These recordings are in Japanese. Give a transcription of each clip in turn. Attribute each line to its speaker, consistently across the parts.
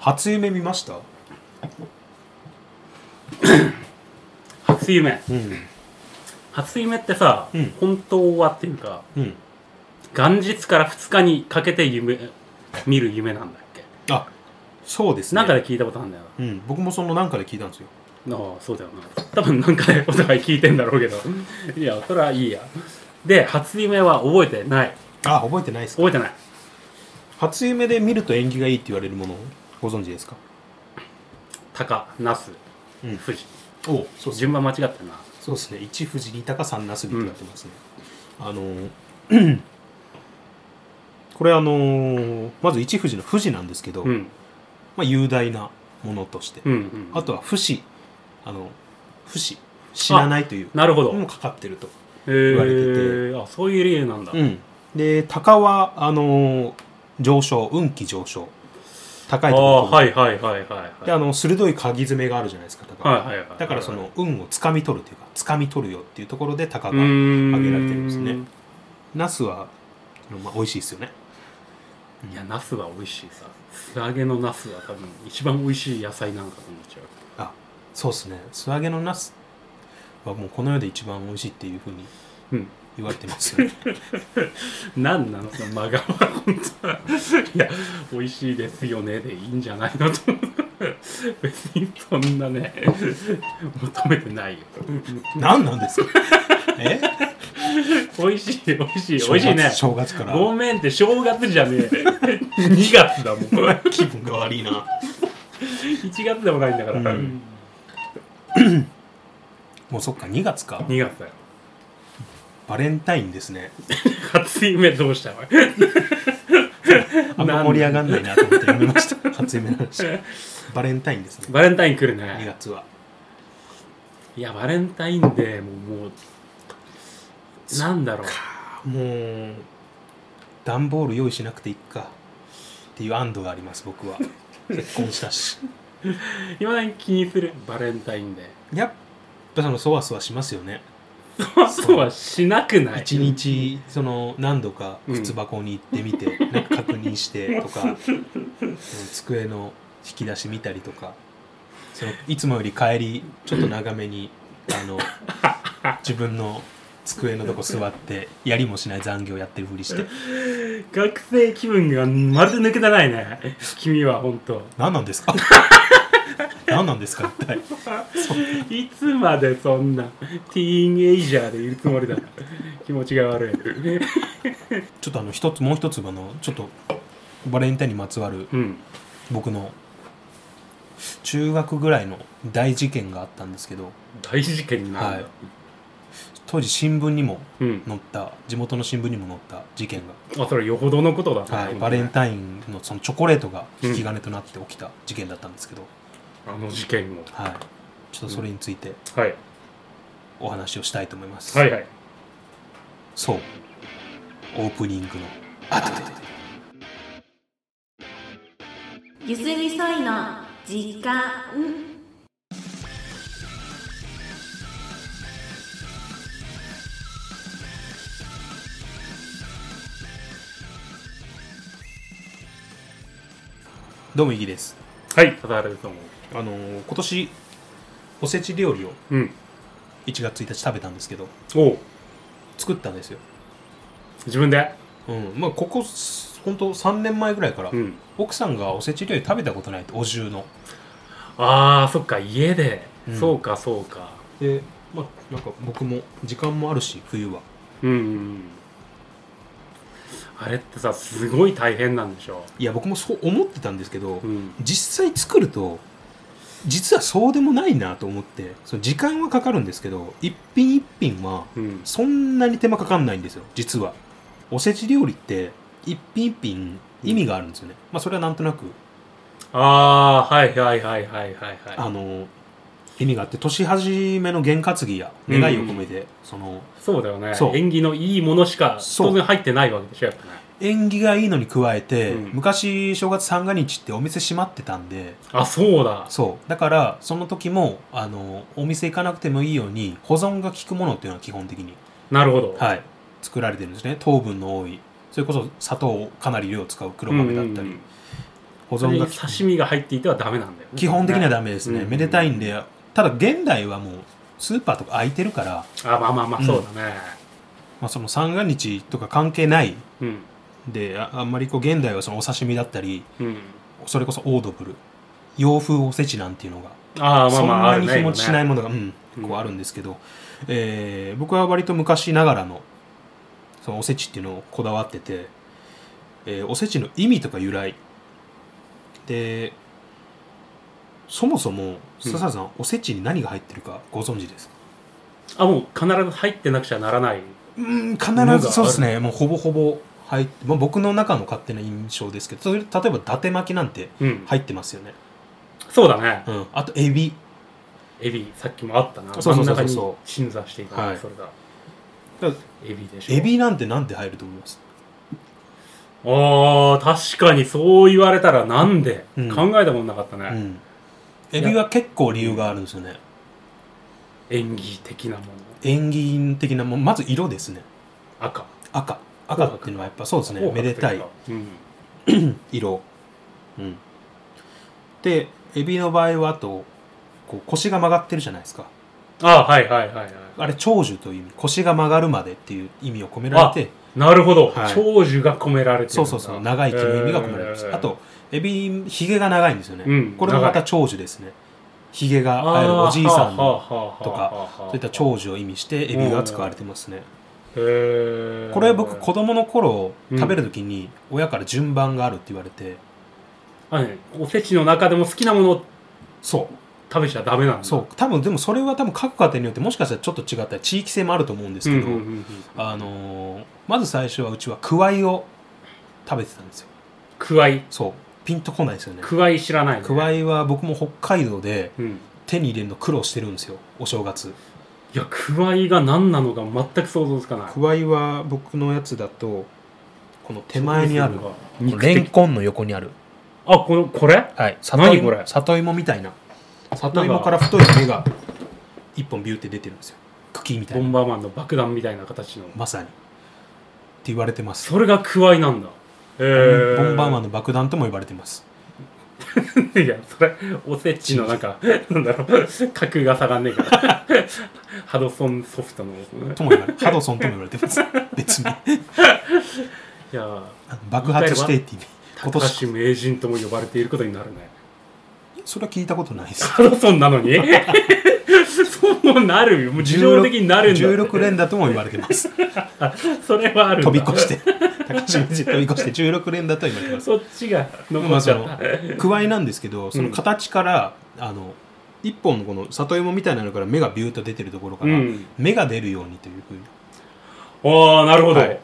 Speaker 1: 初夢見ました
Speaker 2: 初夢
Speaker 1: うん
Speaker 2: 初夢ってさ、
Speaker 1: うん
Speaker 2: 本当はっていうか
Speaker 1: うん
Speaker 2: 元日から2日にかけて夢見る夢なんだっけ
Speaker 1: あそうですね
Speaker 2: なんかで聞いたことあるんだよ
Speaker 1: うん、僕もそのなんかで聞いたんですよ
Speaker 2: なああそうだよな多分なんかでお互い聞いてんだろうけど いやそれはいいやで初夢は覚えてない
Speaker 1: あ覚えてないですか
Speaker 2: 覚えてない
Speaker 1: 初夢で見ると縁起がいいって言われるものをご存知ですか
Speaker 2: 鷹那須
Speaker 1: うん
Speaker 2: 富士
Speaker 1: おそうですね
Speaker 2: 順番間違ってるな
Speaker 1: そうですね一富士二鷹三なすびってなってますね、あの ーこれあのーまず一富士の富士なんですけど、
Speaker 2: うん
Speaker 1: まあ、雄大なものとして、
Speaker 2: うんうん
Speaker 1: あとは不死あの不死死なないという
Speaker 2: なるほど、
Speaker 1: も
Speaker 2: へ
Speaker 1: うかかってると、
Speaker 2: え
Speaker 1: われてて
Speaker 2: あそういう理由なんだ、
Speaker 1: うんで鷹はあのー上昇運気上昇高
Speaker 2: あ
Speaker 1: いところ飛
Speaker 2: あ
Speaker 1: ぶ
Speaker 2: はいはいはいはい
Speaker 1: であの鋭い鍵爪があるじゃないですか鷹
Speaker 2: はいはいはい
Speaker 1: だからその運をつかみ取るというかつかみ取るよっていうところで鷹
Speaker 2: う
Speaker 1: が
Speaker 2: ーん
Speaker 1: 挙げられてるんですねナスは、まあ、美味しいですよね
Speaker 2: いやナスは美味しいさ素揚げのナスは多分一番美味しい野菜なんかと思っちゃう
Speaker 1: あそうですね素揚げのナスはもうこの世で一番美味しいっていうふうに
Speaker 2: うん
Speaker 1: 言われてますよ ね
Speaker 2: 何なのその間が本当はいや美味しいですよねでいいんじゃないのと思う別にそんなね求めてないよ
Speaker 1: 何なんですかえ
Speaker 2: 美味しい美味しい美味しいね
Speaker 1: 正月正月から
Speaker 2: ごめんって正月じゃねえ2月だもん1
Speaker 1: 気分が悪いな
Speaker 2: 月でもないんだから、
Speaker 1: う
Speaker 2: うんん、
Speaker 1: もうそっか2月か
Speaker 2: 2月だよ
Speaker 1: バレンタインですね
Speaker 2: 初夢どうしたの
Speaker 1: あんま盛り上がんないなと思ってやめました初夢の話バレンタインですね
Speaker 2: バレンタイン来る
Speaker 1: 2
Speaker 2: ね
Speaker 1: 月はい
Speaker 2: やバレンタインデーももうなんだろう
Speaker 1: もう段ボール用意しなくていいかっていう安堵があります僕は結婚したし
Speaker 2: いまだに気にするバレンタインデ
Speaker 1: やっぱそのそわそわしますよね
Speaker 2: ーそうはしなくない
Speaker 1: 一日その何度か靴箱に行ってみて、なんか確認してとか その机の引き出し見たりとかそのいつもより帰りちょっと長めにあの自分の机のとこ座ってやりもしない残業やってるふりして
Speaker 2: 学生気分がまるで抜けてないね君は本当
Speaker 1: 何なん ですか何なんですか一体
Speaker 2: いつまでそんなティーンエイジャーでいるつもりだ気持ちが悪い
Speaker 1: ちょっとあの一つもう一つあのちょっとバレンタインにまつわる
Speaker 2: うん
Speaker 1: 僕の中学ぐらいの大事件があったんですけど
Speaker 2: 大事件になるんだ、
Speaker 1: はい当時新聞にも
Speaker 2: うん
Speaker 1: 載った地元の新聞にも載った事件
Speaker 2: あそれよほどのことだ
Speaker 1: が、
Speaker 2: な
Speaker 1: はいバレンタインのそのチョコレートが引き金となって起きた事件だったんですけど、
Speaker 2: あの事件も
Speaker 1: はい、ちょっとそれについて
Speaker 2: はい
Speaker 1: お話をしたいと思います、
Speaker 2: はいはい
Speaker 1: そうオープニングの
Speaker 3: ゆすみそいの時間
Speaker 1: どうもイギです
Speaker 2: はいただあれだと思う
Speaker 1: あのー今年おせち料理を
Speaker 2: うん
Speaker 1: 1月1日食べたんですけど
Speaker 2: おう
Speaker 1: 作ったんですよ、
Speaker 2: 自分で
Speaker 1: うんまあ、ここ本当3年前ぐらいから、
Speaker 2: うん
Speaker 1: 奥さんがおせち料理食べたことないってお重の
Speaker 2: ああそっか家で、
Speaker 1: うん
Speaker 2: そうかそうか
Speaker 1: でまあなんか僕も時間もあるし冬は
Speaker 2: うんうんうんあれってさすごい大変なんでしょ
Speaker 1: いや僕もそう思ってたんですけど、
Speaker 2: うん
Speaker 1: 実際作ると実はそうでもないなと思ってその時間はかかるんですけど一品一品は
Speaker 2: うん
Speaker 1: そんなに手間かかんないんですよ実はおせち料理って一品一品意味があるんですよね、まあそれはなんとなく
Speaker 2: ああーはいはいはいはいはいは
Speaker 1: あ
Speaker 2: い
Speaker 1: の意味があって年始めの験担ぎや願いを込めて、その
Speaker 2: そうだよね
Speaker 1: そう
Speaker 2: 縁起のいいものしか
Speaker 1: そう
Speaker 2: 当然入ってないわけでしょやっぱね
Speaker 1: 縁起がいいのに加えて、
Speaker 2: うん
Speaker 1: 昔正月三が日ってお店閉まってたんで
Speaker 2: あそうだ
Speaker 1: そうだからその時もあのお店行かなくてもいいように保存が効くものっていうのは基本的に、
Speaker 2: なるほど、
Speaker 1: はい、作られてるんですね糖分の多いそれこそ砂糖をかなり量使う黒豆だったり、
Speaker 2: うんうんうん
Speaker 1: 保
Speaker 2: そ
Speaker 1: 存
Speaker 2: れに
Speaker 1: が
Speaker 2: 刺身が入っていてはダメなんだよね
Speaker 1: 基本的には
Speaker 2: ね
Speaker 1: ダメですね、
Speaker 2: うん
Speaker 1: めでたいんでただ現代はもうスーパーとか空いてるから、
Speaker 2: あまあまあまあ
Speaker 1: うん
Speaker 2: そうだね
Speaker 1: まあ、その三が日とか関係ない
Speaker 2: うん
Speaker 1: でああんまりこう現代はそのお刺身だったり
Speaker 2: うん、
Speaker 1: それこそオードブル洋風おせちなんていうのが
Speaker 2: ああまあまああ
Speaker 1: そ
Speaker 2: る
Speaker 1: んなに日持ちしない
Speaker 2: ね
Speaker 1: ものが、うん、
Speaker 2: うん
Speaker 1: こうあるんですけど、えー僕は割と昔ながらのそのおせちっていうのをこだわってて、えーおせちの意味とか由来でそもそも笹原さん、おせちに何が入ってるかご存知ですか
Speaker 2: あもう必ず入ってなくちゃならない
Speaker 1: うん必
Speaker 2: のがあ
Speaker 1: ず
Speaker 2: る
Speaker 1: そうですねもうほぼほぼ入って、まあ、僕の中の勝手な印象ですけどそれ例えば伊達巻きなんて
Speaker 2: うん、
Speaker 1: 入ってますよね、
Speaker 2: そうだね
Speaker 1: うん、あとエビ
Speaker 2: エビさっきもあったな
Speaker 1: そうそうそうそう
Speaker 2: 真ん中に鎮座していた、
Speaker 1: はい
Speaker 2: それが
Speaker 1: だか
Speaker 2: エビでしょ
Speaker 1: エビなんてなんて入ると思います
Speaker 2: あー確かにそう言われたらなんで、
Speaker 1: うん
Speaker 2: 考えたことなかったね、
Speaker 1: うん、エビは結構理由があるんですよね
Speaker 2: 演技的なもの
Speaker 1: 縁起的なもんまず色ですね
Speaker 2: 赤
Speaker 1: 赤赤っていうのはやっぱそうですねめでたい
Speaker 2: 紅白というか
Speaker 1: 色、うん、でエビの場合はあとこう腰が曲がってるじゃないですか
Speaker 2: うん、あはいはいはいはい
Speaker 1: あれ長寿という意味腰が曲がるまでっていう意味を込められて
Speaker 2: なるほど、
Speaker 1: はい
Speaker 2: 長寿が込められてるんだ
Speaker 1: そうそうそう長生きの意味が込められます、
Speaker 2: えー
Speaker 1: あとエビひげが長いんですよね、
Speaker 2: うん
Speaker 1: これもまた長寿ですねひげが生えるおじいさんのとかそういった長寿を意味してエビが使われてますね、
Speaker 2: へえ
Speaker 1: これ僕子供の頃
Speaker 2: うん
Speaker 1: 食べる時に親から順番があるって言われて、
Speaker 2: あ、ね、おせちの中でも好きなものを
Speaker 1: そう
Speaker 2: 食べちゃダメなんだ
Speaker 1: そう多分でもそれは多分各家庭によってもしかしたらちょっと違ったり地域性もあると思うんですけど、
Speaker 2: うんうんうんうん
Speaker 1: あのーまず最初はうちはくわいを食べてたんですよ
Speaker 2: くわい
Speaker 1: そうピンとこないですよね
Speaker 2: くわい知らないね
Speaker 1: くわいは僕も北海道で
Speaker 2: うん
Speaker 1: 手に入れるの苦労してるんですよお正月
Speaker 2: いやくわいが何なのか全く想像つかない
Speaker 1: くわいは僕のやつだとこの手前にある
Speaker 2: 肉
Speaker 1: レン
Speaker 2: 的
Speaker 1: コンの横にある
Speaker 2: あこのこれ
Speaker 1: はい、
Speaker 2: 何これ
Speaker 1: 里芋みたいな里芋から太い芽が一本ビューって出てるんですよ茎みた
Speaker 2: ボ
Speaker 1: い
Speaker 2: ン
Speaker 1: な
Speaker 2: バーマンの爆弾みたいな形の
Speaker 1: まさにって言われてます
Speaker 2: それがくわいなんだへ
Speaker 1: ボ
Speaker 2: え
Speaker 1: ンバーマンの爆弾とも呼ばれてます
Speaker 2: いや、それ、おせちのなん か、なんだろう、格が下がんねえから。 ハドソンソフトの。い
Speaker 1: とも言われハドソンとも言われて ます別にあ
Speaker 2: や、
Speaker 1: の爆発してって意味今
Speaker 2: 高
Speaker 1: 年
Speaker 2: 橋名人とも呼ばれていることになるね。
Speaker 1: それは聞いたことないです
Speaker 2: ハドソンなのに そうなるよ。もう自動的になるんだ。
Speaker 1: 16連打とも言われて ます
Speaker 2: それはあるん
Speaker 1: 飛
Speaker 2: だ
Speaker 1: び越して高橋名人飛び越して16連打とは言われてます
Speaker 2: そっちが残
Speaker 1: まあ
Speaker 2: っち
Speaker 1: そ
Speaker 2: ゃ
Speaker 1: の
Speaker 2: った。
Speaker 1: くわいなんですけどその形から、あの一本のこの里芋みたいなのから芽がビューッと出てるところか
Speaker 2: う
Speaker 1: ら、
Speaker 2: ん。
Speaker 1: 芽が出るようにというふうに
Speaker 2: ああ、なるほど。
Speaker 1: はい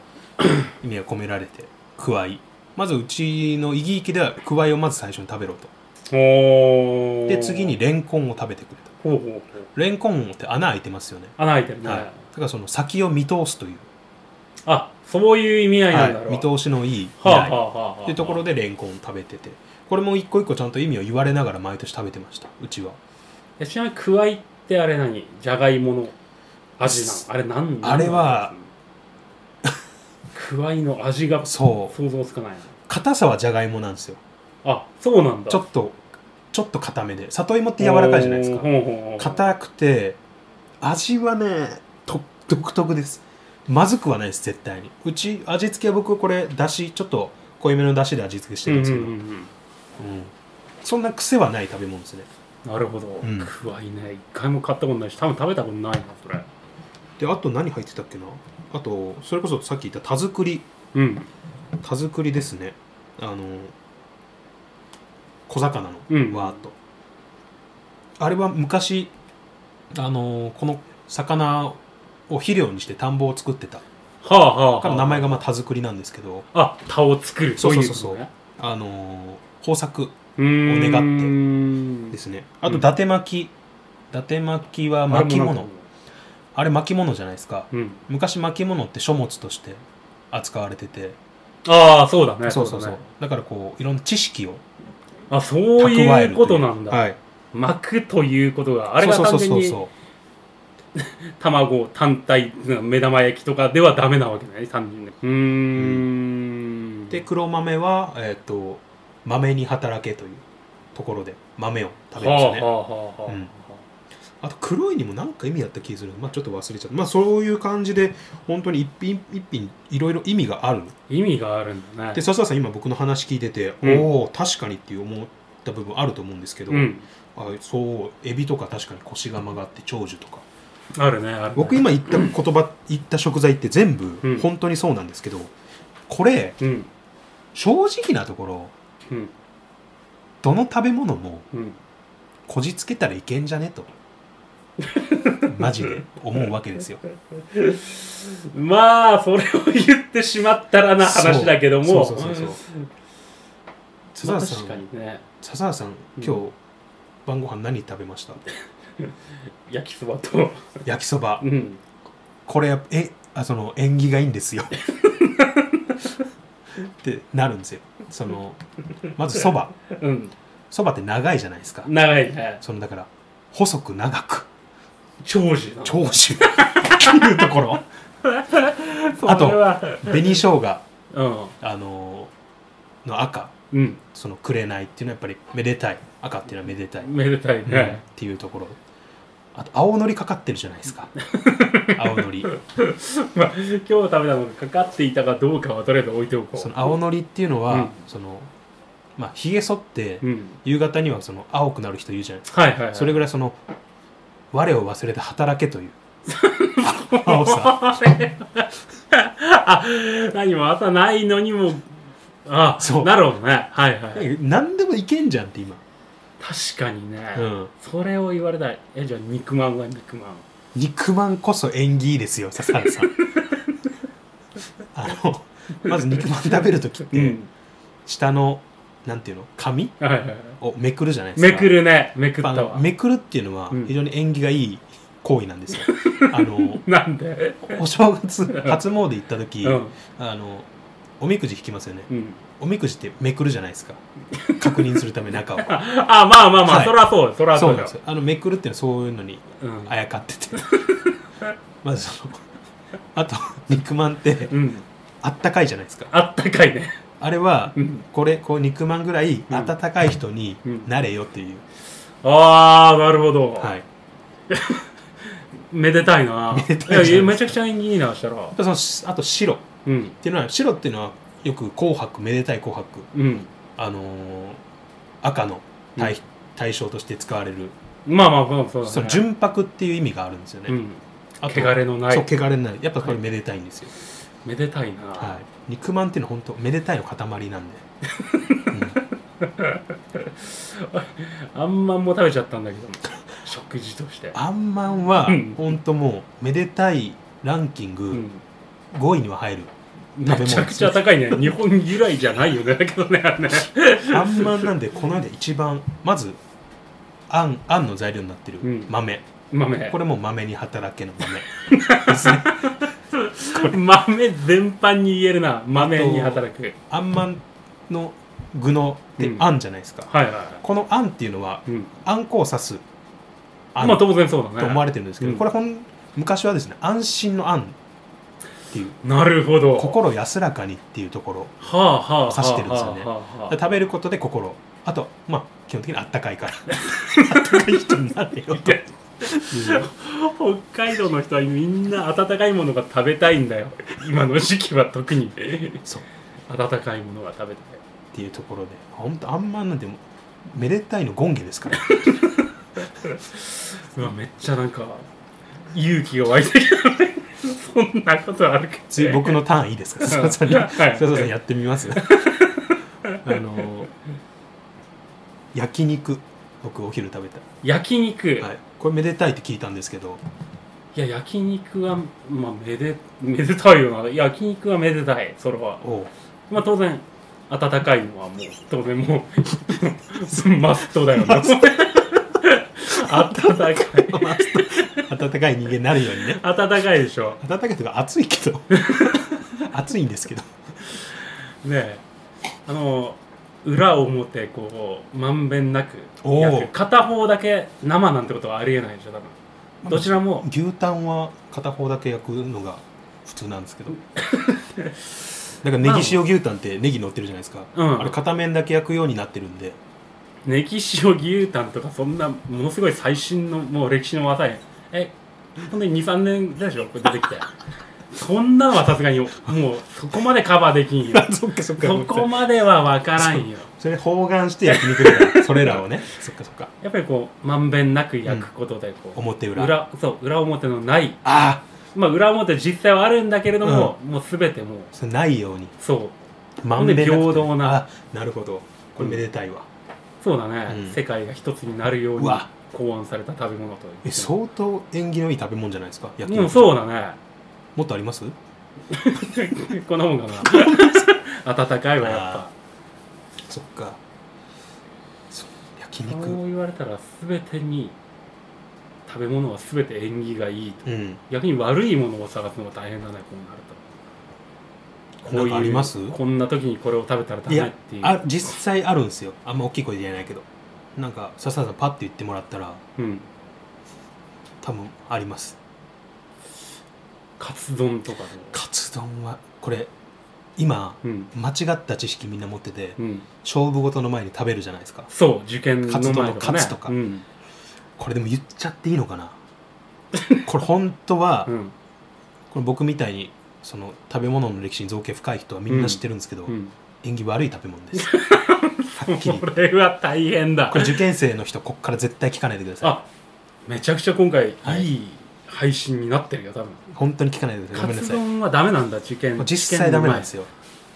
Speaker 1: 意味が込められてくわいまずうちのイギイキではくわいをまず最初に食べろと
Speaker 2: おー
Speaker 1: で次に。レンコンを食べてくれと
Speaker 2: ほうほうほう。
Speaker 1: レンコンって穴開いてますよね
Speaker 2: 穴開いてるね。
Speaker 1: はいだからその先を見通すという、
Speaker 2: あ、そういう意味合いなんだ
Speaker 1: は
Speaker 2: ろ。
Speaker 1: いう見通しのいい
Speaker 2: はあは
Speaker 1: 未
Speaker 2: あ
Speaker 1: 来
Speaker 2: はあはあ。
Speaker 1: っていうところでレンコンを食べててこれも一個一個ちゃんと意味を言われながら毎年食べてましたうちは
Speaker 2: えちなみにくわいってあれ何じゃがいもの味なのあれ何
Speaker 1: あれは
Speaker 2: くわいの味が想
Speaker 1: そう
Speaker 2: 像つかないな
Speaker 1: 硬さはじゃがいもなんですよ
Speaker 2: あそうなんだ
Speaker 1: ちょっとちょっと硬めで里芋って柔らかいじゃないですか
Speaker 2: ほうほうほう
Speaker 1: 硬くて味はねと独特ですまずくはないです絶対にうち味付けは僕これだしちょっと濃いめのだしで味付けして
Speaker 2: うん
Speaker 1: るん
Speaker 2: う
Speaker 1: で
Speaker 2: ん
Speaker 1: す
Speaker 2: う
Speaker 1: けど、うん
Speaker 2: ん
Speaker 1: そんな癖はない食べ物ですね
Speaker 2: うんなるほど、
Speaker 1: ん
Speaker 2: くわいね一回も買ったことないし多分食べたことないなそれ
Speaker 1: であと何入ってたっけなあとそれこそさっき言った田作り
Speaker 2: うん
Speaker 1: 田作りですねあの小魚の
Speaker 2: うん
Speaker 1: わーっと、あれは昔あのこの魚を肥料にして田んぼを作ってた
Speaker 2: はあはあ、
Speaker 1: から
Speaker 2: はあ、
Speaker 1: 名前がまあ田作りなんですけど、
Speaker 2: あ田を作る
Speaker 1: そうそうそうそう
Speaker 2: といことね
Speaker 1: あの豊作
Speaker 2: うーん
Speaker 1: を
Speaker 2: 願
Speaker 1: ですね
Speaker 2: うん
Speaker 1: あと伊達巻き、伊達巻きは巻物あれ巻物じゃないですか
Speaker 2: うん
Speaker 1: 昔巻物って書物として扱われてて、
Speaker 2: ああそうだね
Speaker 1: そうそうそうだ
Speaker 2: だね
Speaker 1: からこういろんな知識を
Speaker 2: あそう
Speaker 1: 蓄えるとい
Speaker 2: いううことなんだ、
Speaker 1: はい、
Speaker 2: 巻くということがあれが
Speaker 1: そうそう
Speaker 2: 単
Speaker 1: そう
Speaker 2: 純
Speaker 1: そうそ
Speaker 2: に
Speaker 1: う
Speaker 2: 卵単体目玉焼きとかではダメなわけだね単純にうーん
Speaker 1: で黒豆は、えっと豆に働けというところで豆を食べま
Speaker 2: は
Speaker 1: し
Speaker 2: あ
Speaker 1: た
Speaker 2: は
Speaker 1: ね
Speaker 2: あはあは
Speaker 1: う
Speaker 2: あ
Speaker 1: んあと黒いにも何か意味あった気がするまあちょっと忘れちゃったまあそういう感じで本当に一品一品いろいろ意味がある
Speaker 2: 意味があるんだね
Speaker 1: で笹田さん今僕の話聞いてて、
Speaker 2: うん
Speaker 1: おお確かにっていう思った部分あると思うんですけど、
Speaker 2: うん
Speaker 1: あそうエビとか確かに腰が曲がって長寿とか
Speaker 2: あるねあるね
Speaker 1: 僕今言った言葉言った食材って全部
Speaker 2: うん
Speaker 1: 本当にそうなんですけど、これ
Speaker 2: うん
Speaker 1: 正直なところ
Speaker 2: うん
Speaker 1: どの食べ物も
Speaker 2: うん
Speaker 1: こじつけたらいけんじゃね とマジで思うわけですよ
Speaker 2: まあそれを言ってしまったらな話だけども
Speaker 1: そうそうそうそう笹
Speaker 2: まあ
Speaker 1: 原さ
Speaker 2: 確
Speaker 1: ん
Speaker 2: かにね
Speaker 1: 笹原さん今日晩ご飯何食べました
Speaker 2: 焼きそばと
Speaker 1: 焼きそば
Speaker 2: うん
Speaker 1: これえあその縁起がいいんですよってなるんですよそのまずそば
Speaker 2: うん
Speaker 1: そばって長いじゃないですか
Speaker 2: 長いね
Speaker 1: そのだから細く長く
Speaker 2: 長寿な
Speaker 1: 長寿っていうところあと
Speaker 2: それは
Speaker 1: 紅生姜
Speaker 2: うん
Speaker 1: あのの赤
Speaker 2: うん
Speaker 1: その紅っていうのはやっぱりめでたい赤っていうのはめでたい、
Speaker 2: めでたい
Speaker 1: うんっ
Speaker 2: ね
Speaker 1: ていうところあと青のりかかってるじゃないですか青 のり
Speaker 2: まあ今日食べたのがかかっていたかどうかはとりあえず置いておこ
Speaker 1: そうの青のりっていうのは、
Speaker 2: うん
Speaker 1: そのまあひげ剃って、
Speaker 2: うん
Speaker 1: 夕方にはその青くなる人いるじゃないですか
Speaker 2: はいはいはい
Speaker 1: それぐらいその我を忘れて働けと いう青さ
Speaker 2: あ何も朝ないのにもあ
Speaker 1: そう
Speaker 2: なるほどねはいはい
Speaker 1: 何でもいけんじゃんって今、
Speaker 2: 確かにね、
Speaker 1: うん、
Speaker 2: それを言われたいえじゃあ肉まんは肉まん
Speaker 1: 肉まんこそ縁起いいですよ 笹原さんあのまず肉まん食べる時って、
Speaker 2: うん
Speaker 1: 下のなんていうの紙
Speaker 2: はいはいはい
Speaker 1: をめくるじゃないです
Speaker 2: め
Speaker 1: か
Speaker 2: くるねめくった
Speaker 1: あの
Speaker 2: わ
Speaker 1: めくるっていうのは
Speaker 2: うん
Speaker 1: 非常に縁起がいい行為なん ですよ、あの
Speaker 2: なんで
Speaker 1: お正月初詣行った時、
Speaker 2: うん
Speaker 1: あのおみくじ引きますよね
Speaker 2: うん
Speaker 1: おみくじってめくるじゃないですか確認するため中を
Speaker 2: あまあまあまあ、
Speaker 1: はい
Speaker 2: そりゃそうよそりゃ
Speaker 1: そ
Speaker 2: そうう
Speaker 1: なんで
Speaker 2: だよ
Speaker 1: すよあのめくるっていうのはそういうのに
Speaker 2: うん
Speaker 1: あやかって てまずそのあと肉まんって
Speaker 2: うん
Speaker 1: あったかいじゃないですか
Speaker 2: あったかいね
Speaker 1: あれは
Speaker 2: うん
Speaker 1: これこう肉まんぐらい
Speaker 2: ん
Speaker 1: 温かい人になれよっていう、
Speaker 2: ああなるほど、
Speaker 1: はい、やっ
Speaker 2: めでたいな
Speaker 1: めでたいじゃないですか
Speaker 2: やめちゃくちゃ縁起いいなしたら
Speaker 1: ぱそのあと白っ
Speaker 2: うん
Speaker 1: ていうのは白っていうのはよく「紅白」めでたい紅白
Speaker 2: うん
Speaker 1: あのー赤の対,、対象として使われる
Speaker 2: まあまあまあそうだ、ね、
Speaker 1: その純白っていう意味があるんですよね、
Speaker 2: うん
Speaker 1: あと
Speaker 2: 汚れのな
Speaker 1: そう
Speaker 2: い
Speaker 1: 汚れないやっぱこれめでたいんですよ、
Speaker 2: めでたいな、
Speaker 1: はい肉まんっていうのは本当めでたいの塊なんで、
Speaker 2: あんまんも食べちゃったんだけど食事として
Speaker 1: あんまんは
Speaker 2: うん
Speaker 1: 本当もうめでたいランキン
Speaker 2: う
Speaker 1: グ
Speaker 2: ん
Speaker 1: 5位には入る、
Speaker 2: めちゃくちゃ高いね日本由来じゃないよねだけどねあれね
Speaker 1: あんまんなんでこの間一番まずあんあんの材料になってる
Speaker 2: うん
Speaker 1: 豆、
Speaker 2: 豆
Speaker 1: これも豆に働けの豆ですね
Speaker 2: 豆全般に言えるな豆に働く
Speaker 1: あんまんの具ので、
Speaker 2: うん
Speaker 1: あんじゃないですか
Speaker 2: はいはいは、
Speaker 1: このあんっていうのはい
Speaker 2: うん、
Speaker 1: あんこを指すあん
Speaker 2: まあ
Speaker 1: と
Speaker 2: 当然そうだね
Speaker 1: 思われてるんですけど、
Speaker 2: うん
Speaker 1: これほん昔はですね安心のあんっていう
Speaker 2: なるほど
Speaker 1: 心安らかにっていうところ
Speaker 2: はあはあはあ
Speaker 1: 指してるんですよね
Speaker 2: はあはあ
Speaker 1: 食べることで心あとまあ基本的にあったかい からあったかい人になれよと
Speaker 2: 北海道の人はみんな温かいものが食べたいん だよ今の時期は特に
Speaker 1: そう
Speaker 2: 温かいものが食べたい
Speaker 1: っていうところで本当あんまんなんてもうめでたいの権下ですから
Speaker 2: うわめっちゃなんか勇気が湧いてきたね そんなことあるか
Speaker 1: つい僕のターンいいですか笹田さんに
Speaker 2: はい
Speaker 1: 笹田さんやってみますあの焼肉僕お昼食べた、
Speaker 2: 焼肉、、
Speaker 1: はいい、これめでたいって聞いたんですけど
Speaker 2: や焼肉はまあめでめでたいよな焼肉はめでたいそれは
Speaker 1: おう
Speaker 2: まあ当然温かいのはもう当然もう マストだよね 温かい
Speaker 1: 温かい人間になるようにね
Speaker 2: 温かいでしょ
Speaker 1: 暖かいというか暑い けど暑いんですけど
Speaker 2: ねえあの裏表こうまんべんなく
Speaker 1: おー
Speaker 2: 焼く片方だけ生なんてことはありえないでしょ多分どちらも
Speaker 1: 牛タンは片方だけ焼くのが普通なんですけどだからネギ塩牛タンってネギ乗ってるじゃないですか、
Speaker 2: うん
Speaker 1: あれ片面だけ焼くようになってるんで
Speaker 2: ネギ塩牛タンとかそんなものすごい最新のもう歴史の技やえ本当に23年でしょこれ出てきてそんなのはさすがにもうそこまでカバーでき んよ
Speaker 1: そっかそっ
Speaker 2: そこまでは分からんよ
Speaker 1: それ包含して焼肉だからそれらをね そっかそっか
Speaker 2: やっぱりこうまんべんなく焼くことでこう、
Speaker 1: 表裏
Speaker 2: 裏そう裏表のない
Speaker 1: ああ
Speaker 2: まあ裏表実際はあるんだけれども、もう全てもう
Speaker 1: それないように
Speaker 2: そう
Speaker 1: まんべんなくて
Speaker 2: 平等な
Speaker 1: あなるほどこれめでたいわ、
Speaker 2: そうだね、
Speaker 1: うん
Speaker 2: 世界が一つになるよう
Speaker 1: う
Speaker 2: に
Speaker 1: わ
Speaker 2: 考案された食べ物という
Speaker 1: え相当縁起のいい食べ物じゃないですか焼
Speaker 2: うんそううだね
Speaker 1: もっとあります
Speaker 2: こんなもん かな温かいわやっぱ
Speaker 1: そっかそう焼
Speaker 2: そ
Speaker 1: 肉
Speaker 2: う言われたら全てに食べ物は全て縁起がいいと
Speaker 1: うん
Speaker 2: 逆に悪いものを探すのが大変だねこうなるとこう
Speaker 1: なん
Speaker 2: いう
Speaker 1: かあります
Speaker 2: こんな時にこれを食べたらダメっていう
Speaker 1: あ実際あるんですよあんま大きい声で言えないけどなんか笹原さんパッて言ってもらったら
Speaker 2: うん、
Speaker 1: 多分あります
Speaker 2: カツ丼とかでも
Speaker 1: カツ丼はこれ今
Speaker 2: うん
Speaker 1: 間違った知識みんな持ってて、
Speaker 2: うん
Speaker 1: 勝負事の前に食べるじゃないですか
Speaker 2: そう受験の前とか、ね、
Speaker 1: カツとか
Speaker 2: うん
Speaker 1: これでも言っちゃっていいの かなこれ本当は、
Speaker 2: うん
Speaker 1: これ僕みたいにその食べ物の歴史に造形深い人はみんな知ってるんですけど、
Speaker 2: うん、
Speaker 1: 縁起悪い食べ物です はっきり
Speaker 2: これは大変だ
Speaker 1: これ受験生の人こっから絶対聞かないでくださ
Speaker 2: あめちゃくちゃ今回
Speaker 1: はい
Speaker 2: いい配信になってるよ多分
Speaker 1: い本当に聞かないでくださいご
Speaker 2: カ
Speaker 1: めんな
Speaker 2: ツ
Speaker 1: さい
Speaker 2: 丼はダメなんだ受験
Speaker 1: 実際ダメなんです
Speaker 2: よ、
Speaker 1: よ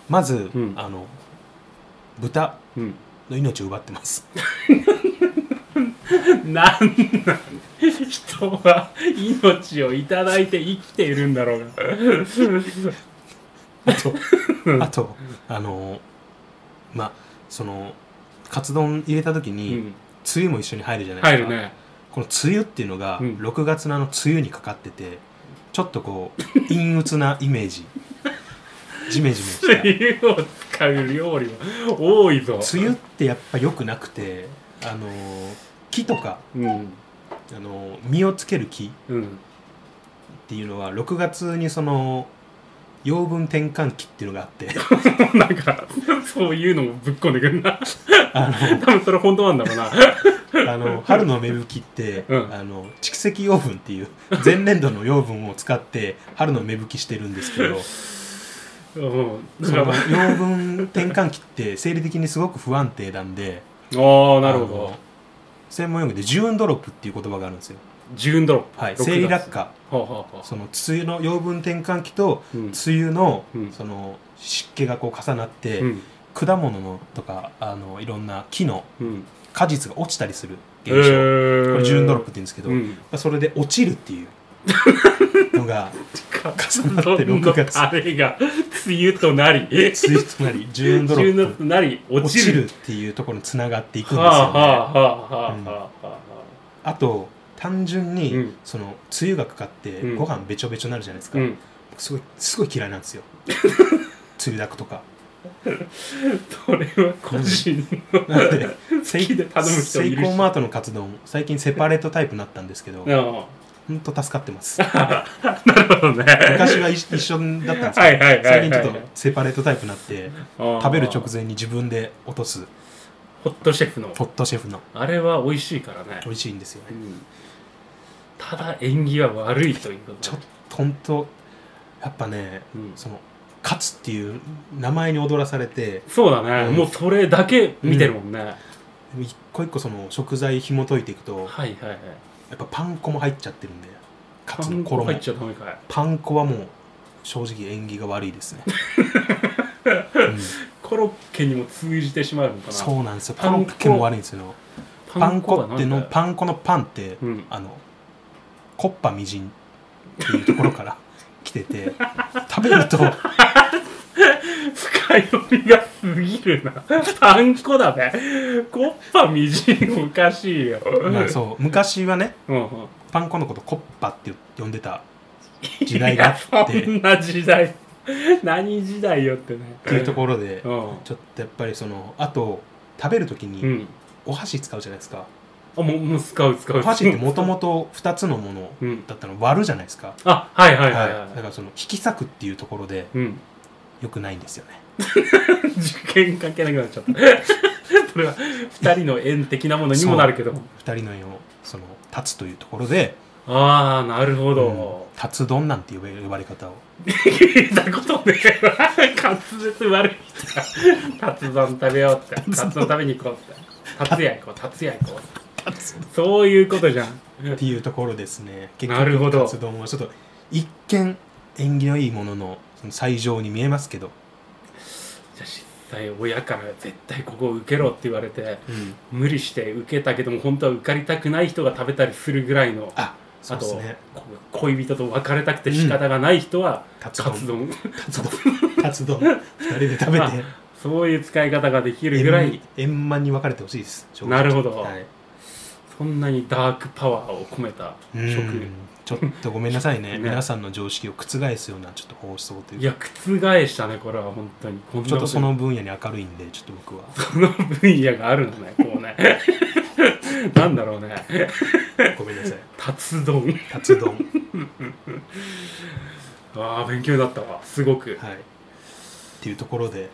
Speaker 1: まず、
Speaker 2: うん
Speaker 1: あの豚
Speaker 2: うん、
Speaker 1: の命を奪って ます
Speaker 2: なんなん人は命をいただいて生きているんだろうが
Speaker 1: あとあとあのまあそのカツ丼入れた時
Speaker 2: う
Speaker 1: に、
Speaker 2: ん、
Speaker 1: 梅雨も一緒に入るじゃない
Speaker 2: 入
Speaker 1: です
Speaker 2: る
Speaker 1: か、
Speaker 2: ね
Speaker 1: この梅雨っていうのが、
Speaker 2: うん
Speaker 1: 6月のあの梅雨にかかっててちょっとこう陰鬱なイメージ ジメジメした梅
Speaker 2: 梅雨を使う料理は多いぞ
Speaker 1: 雨ってやっぱ良くなくてあの木とか
Speaker 2: うん
Speaker 1: あの実をつける木っ
Speaker 2: うん
Speaker 1: ていうのは6月にその養分転換期っていうのがあって
Speaker 2: なんかそういうのもぶっこんでくるな
Speaker 1: あ
Speaker 2: 多分それ本当なんだろうな
Speaker 1: のあの春の芽吹きって、
Speaker 2: うん
Speaker 1: あの蓄積養分っていう前年度の養分を使って春の芽吹きしてるんです けど
Speaker 2: うん
Speaker 1: その養分転換期って生理的にすごく不安定なんで
Speaker 2: ああなるほ
Speaker 1: あ
Speaker 2: ど
Speaker 1: の専門用語でジューンドロップっていう言葉があるんですよ、
Speaker 2: ジューンドロップ、
Speaker 1: はい、
Speaker 2: 六月
Speaker 1: 生理落下
Speaker 2: はあはあはあ
Speaker 1: その梅雨の養分転換期と
Speaker 2: うん
Speaker 1: 梅雨の,、
Speaker 2: うん
Speaker 1: その湿気がこう重なって、
Speaker 2: うん
Speaker 1: 果物のとかあのいろんな木の
Speaker 2: うん
Speaker 1: 果実が落ちたりする
Speaker 2: え
Speaker 1: 現象、これジューンドロップって言うんですけど、
Speaker 2: う
Speaker 1: ま
Speaker 2: ん、
Speaker 1: あ、それで落ちるっていう のが重なって
Speaker 2: どん
Speaker 1: 6
Speaker 2: どん
Speaker 1: 月
Speaker 2: あれが梅雨となり梅
Speaker 1: 梅雨となりジューンドロ
Speaker 2: 雨
Speaker 1: ップ
Speaker 2: となり落
Speaker 1: 落ち
Speaker 2: ち
Speaker 1: る
Speaker 2: る
Speaker 1: っていうところにつながっていくんですよ
Speaker 2: は
Speaker 1: ね。
Speaker 2: あはあはあはあはあは
Speaker 1: あと単純に、
Speaker 2: うん
Speaker 1: その梅雨がかかって
Speaker 2: うん
Speaker 1: ご飯べちょべちょになるじゃないです
Speaker 2: あ、
Speaker 1: か、
Speaker 2: うん、
Speaker 1: すごいすごい嫌いなん ですよつゆだくとか
Speaker 2: それは個人
Speaker 1: なので セイ
Speaker 2: きで頼む人いるし
Speaker 1: セイコーマートのカツ丼最近セパレートタイプになったんですけど
Speaker 2: の
Speaker 1: ほんと助かってます
Speaker 2: なるほどね
Speaker 1: 昔は一一緒だったんですけど、
Speaker 2: はいはいはいはい
Speaker 1: 最近ちょっとセパレートタイプになって食
Speaker 2: 食
Speaker 1: べる直前に自分で落とす
Speaker 2: ホットシェフの
Speaker 1: ホットシェフの
Speaker 2: あれは美味しいからね
Speaker 1: 美、味しいんですよ
Speaker 2: う
Speaker 1: ね
Speaker 2: ん、ただ縁起は悪いということ
Speaker 1: ちょっとほんとやっぱね
Speaker 2: うん
Speaker 1: そのカツっていう名前に踊らされて
Speaker 2: そうだね、
Speaker 1: うん
Speaker 2: もうそれだけ見てるもんね、
Speaker 1: 一個一個その食材紐解いていくと
Speaker 2: はいはいはい
Speaker 1: やっぱパン粉も入っちゃってるんでカツ
Speaker 2: 韓
Speaker 1: の
Speaker 2: 国入
Speaker 1: 衣
Speaker 2: っちゃダメかい
Speaker 1: パン粉はもう正直縁起が悪いです ね、うん
Speaker 2: コロッケにも通じてしまうのかな
Speaker 1: そうなんですよ
Speaker 2: パ
Speaker 1: パ
Speaker 2: ン粉
Speaker 1: ン粉も悪いんですよパン粉っての
Speaker 2: ン
Speaker 1: パン粉のパンって、
Speaker 2: うん
Speaker 1: あのコッパみじんっていうところから 来てて食べると
Speaker 2: 深読みがすぎるな パン粉だねコッパみじんおかしいよ、
Speaker 1: まあそう昔はね
Speaker 2: うんうん
Speaker 1: パン粉のことコッパって呼んでた時代があって
Speaker 2: いやそんな時代何時代よってね
Speaker 1: っていうところで
Speaker 2: うん
Speaker 1: ちょっとやっぱりそのあと食べるとき
Speaker 2: う
Speaker 1: に
Speaker 2: ん
Speaker 1: お箸使うじゃないですか、
Speaker 2: あもうもう使う使う
Speaker 1: お箸ってもともと2つのもの
Speaker 2: うん
Speaker 1: だったの割るじゃないですか、
Speaker 2: あはいはいはい、
Speaker 1: はい
Speaker 2: はい
Speaker 1: だからその引き裂くっていうところで
Speaker 2: うん
Speaker 1: 良くないんですよね
Speaker 2: 受験関係なくなっちゃった。 それは二人の縁的なものにもなるけど。
Speaker 1: 2人の絵をその立つというところで
Speaker 2: ああ、なるほど。
Speaker 1: うん立つ丼なんて呼べ呼ばれ方を
Speaker 2: 聞いたことねえわ。滑舌悪い人 が。達丼食べようって。達丼食べに行こうって。達也行こう、達也行こう。そういうことじゃん。
Speaker 1: っていうところですね結
Speaker 2: なるほど
Speaker 1: カツ丼はちょっと一見縁起のいいもののその最上に見えますけど、
Speaker 2: じゃあ実際親から絶対ここ受けろって言われて、
Speaker 1: うん、
Speaker 2: 無理して受けたけども本当は受かりたくない人が食べたりするぐらいの。
Speaker 1: あそ
Speaker 2: あ
Speaker 1: うです
Speaker 2: と
Speaker 1: ね
Speaker 2: こ恋人と別れたくて仕方がない人は、
Speaker 1: カツ
Speaker 2: カツ
Speaker 1: 丼
Speaker 2: 丼
Speaker 1: カツ丼 カツ丼2人で食べ
Speaker 2: まあ
Speaker 1: て
Speaker 2: そういう使い方ができるぐらい
Speaker 1: 円円満に分かれてほしいです正直
Speaker 2: なるほど
Speaker 1: はい、
Speaker 2: そんなにダークパワーを込めた
Speaker 1: うん
Speaker 2: 食
Speaker 1: ちょっとごめんなさ いね
Speaker 2: ね
Speaker 1: 皆さんの常識を覆すようなちょっと放送という
Speaker 2: い
Speaker 1: か
Speaker 2: や覆したねこれは本当にこんな
Speaker 1: ちょっとその
Speaker 2: こ
Speaker 1: 分野に明るいんでちょっと 僕は
Speaker 2: とにこの分野があるのねこ うねなんだろうね
Speaker 1: ごめんなさい
Speaker 2: 達丼
Speaker 1: カツ丼
Speaker 2: ああ勉強になったわすごく
Speaker 1: はいっていうところで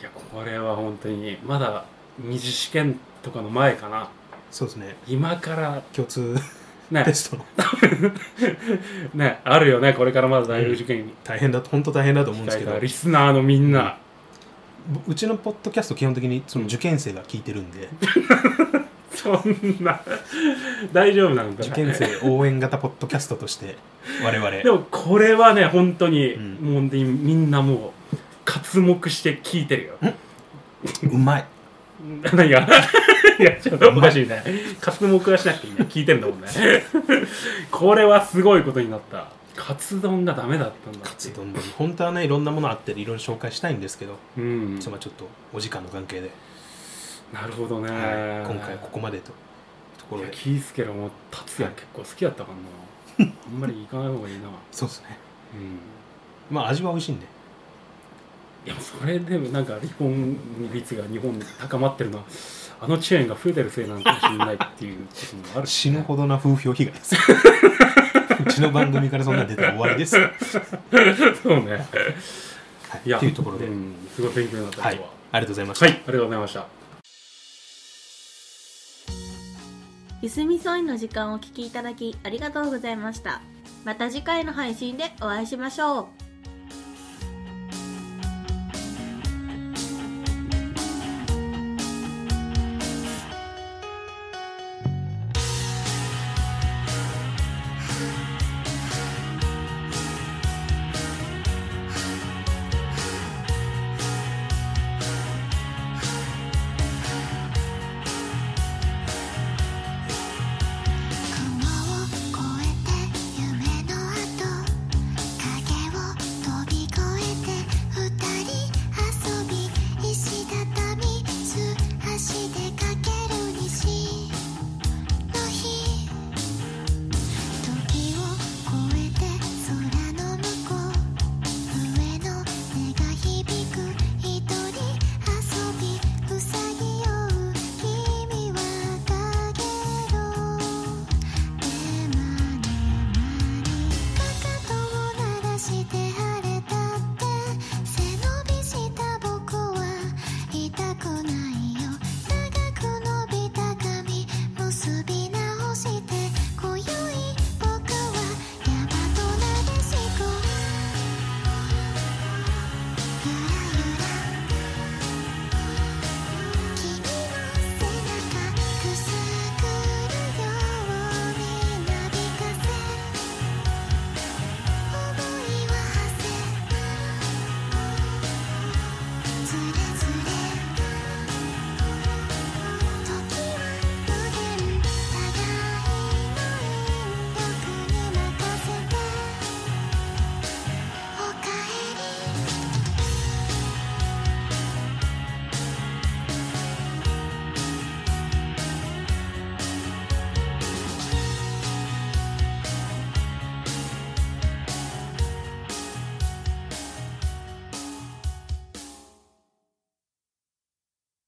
Speaker 2: いやこれは本当にまだ二次試験とかの前かな
Speaker 1: そうですね
Speaker 2: 今から
Speaker 1: 共通
Speaker 2: ね
Speaker 1: テストの
Speaker 2: ねあるよねこれからまだ大学受験に
Speaker 1: 大変だと本当大変だと思うんですけ
Speaker 2: 控え
Speaker 1: ど
Speaker 2: たリスナーのみんな、
Speaker 1: うちのポッドキャスト基本的にその受験生が聞いてるん で、
Speaker 2: そんな大丈夫なんだ
Speaker 1: 受験生応援型ポッドキャストとして我々
Speaker 2: でもこれはね本当に、
Speaker 1: うん
Speaker 2: もう本当にみんなもう活目して聞いてるよ
Speaker 1: うまい
Speaker 2: 何がいやちょっとおかしいね活目はしなくていいね聞いてんだもんね これはすごいことになったカツ丼がダメだったんだって
Speaker 1: カツ丼も本当はねいろんなものあっていろいろ紹介したいんですけど、
Speaker 2: うん
Speaker 1: そのちょっとお時間の関係で、
Speaker 2: なるほどね、
Speaker 1: はい今回ここまでというところ
Speaker 2: いや
Speaker 1: で
Speaker 2: キースケロも達也結構好きだったか らなあんまり行かない方がいいな
Speaker 1: そうですね
Speaker 2: うん
Speaker 1: まあ味は美味しいんで
Speaker 2: いやそれでもなんか離婚率が日本で高まってるのはあのチェーンが増えてるせいなのかもしれないっていうこともあるし
Speaker 1: 死ぬほどな風評被害です うちの番組からそんなん出たら終わりです、はい、
Speaker 2: そうねいや
Speaker 1: っていうところで、
Speaker 2: ん、すごい勉強になった
Speaker 1: はいありが
Speaker 2: 今日は
Speaker 1: とうございました、
Speaker 2: はい、ありがとうございました
Speaker 3: ゆすみそいの時間をお聞きいただきありがとうございましたまた次回の配信でお会いしましょう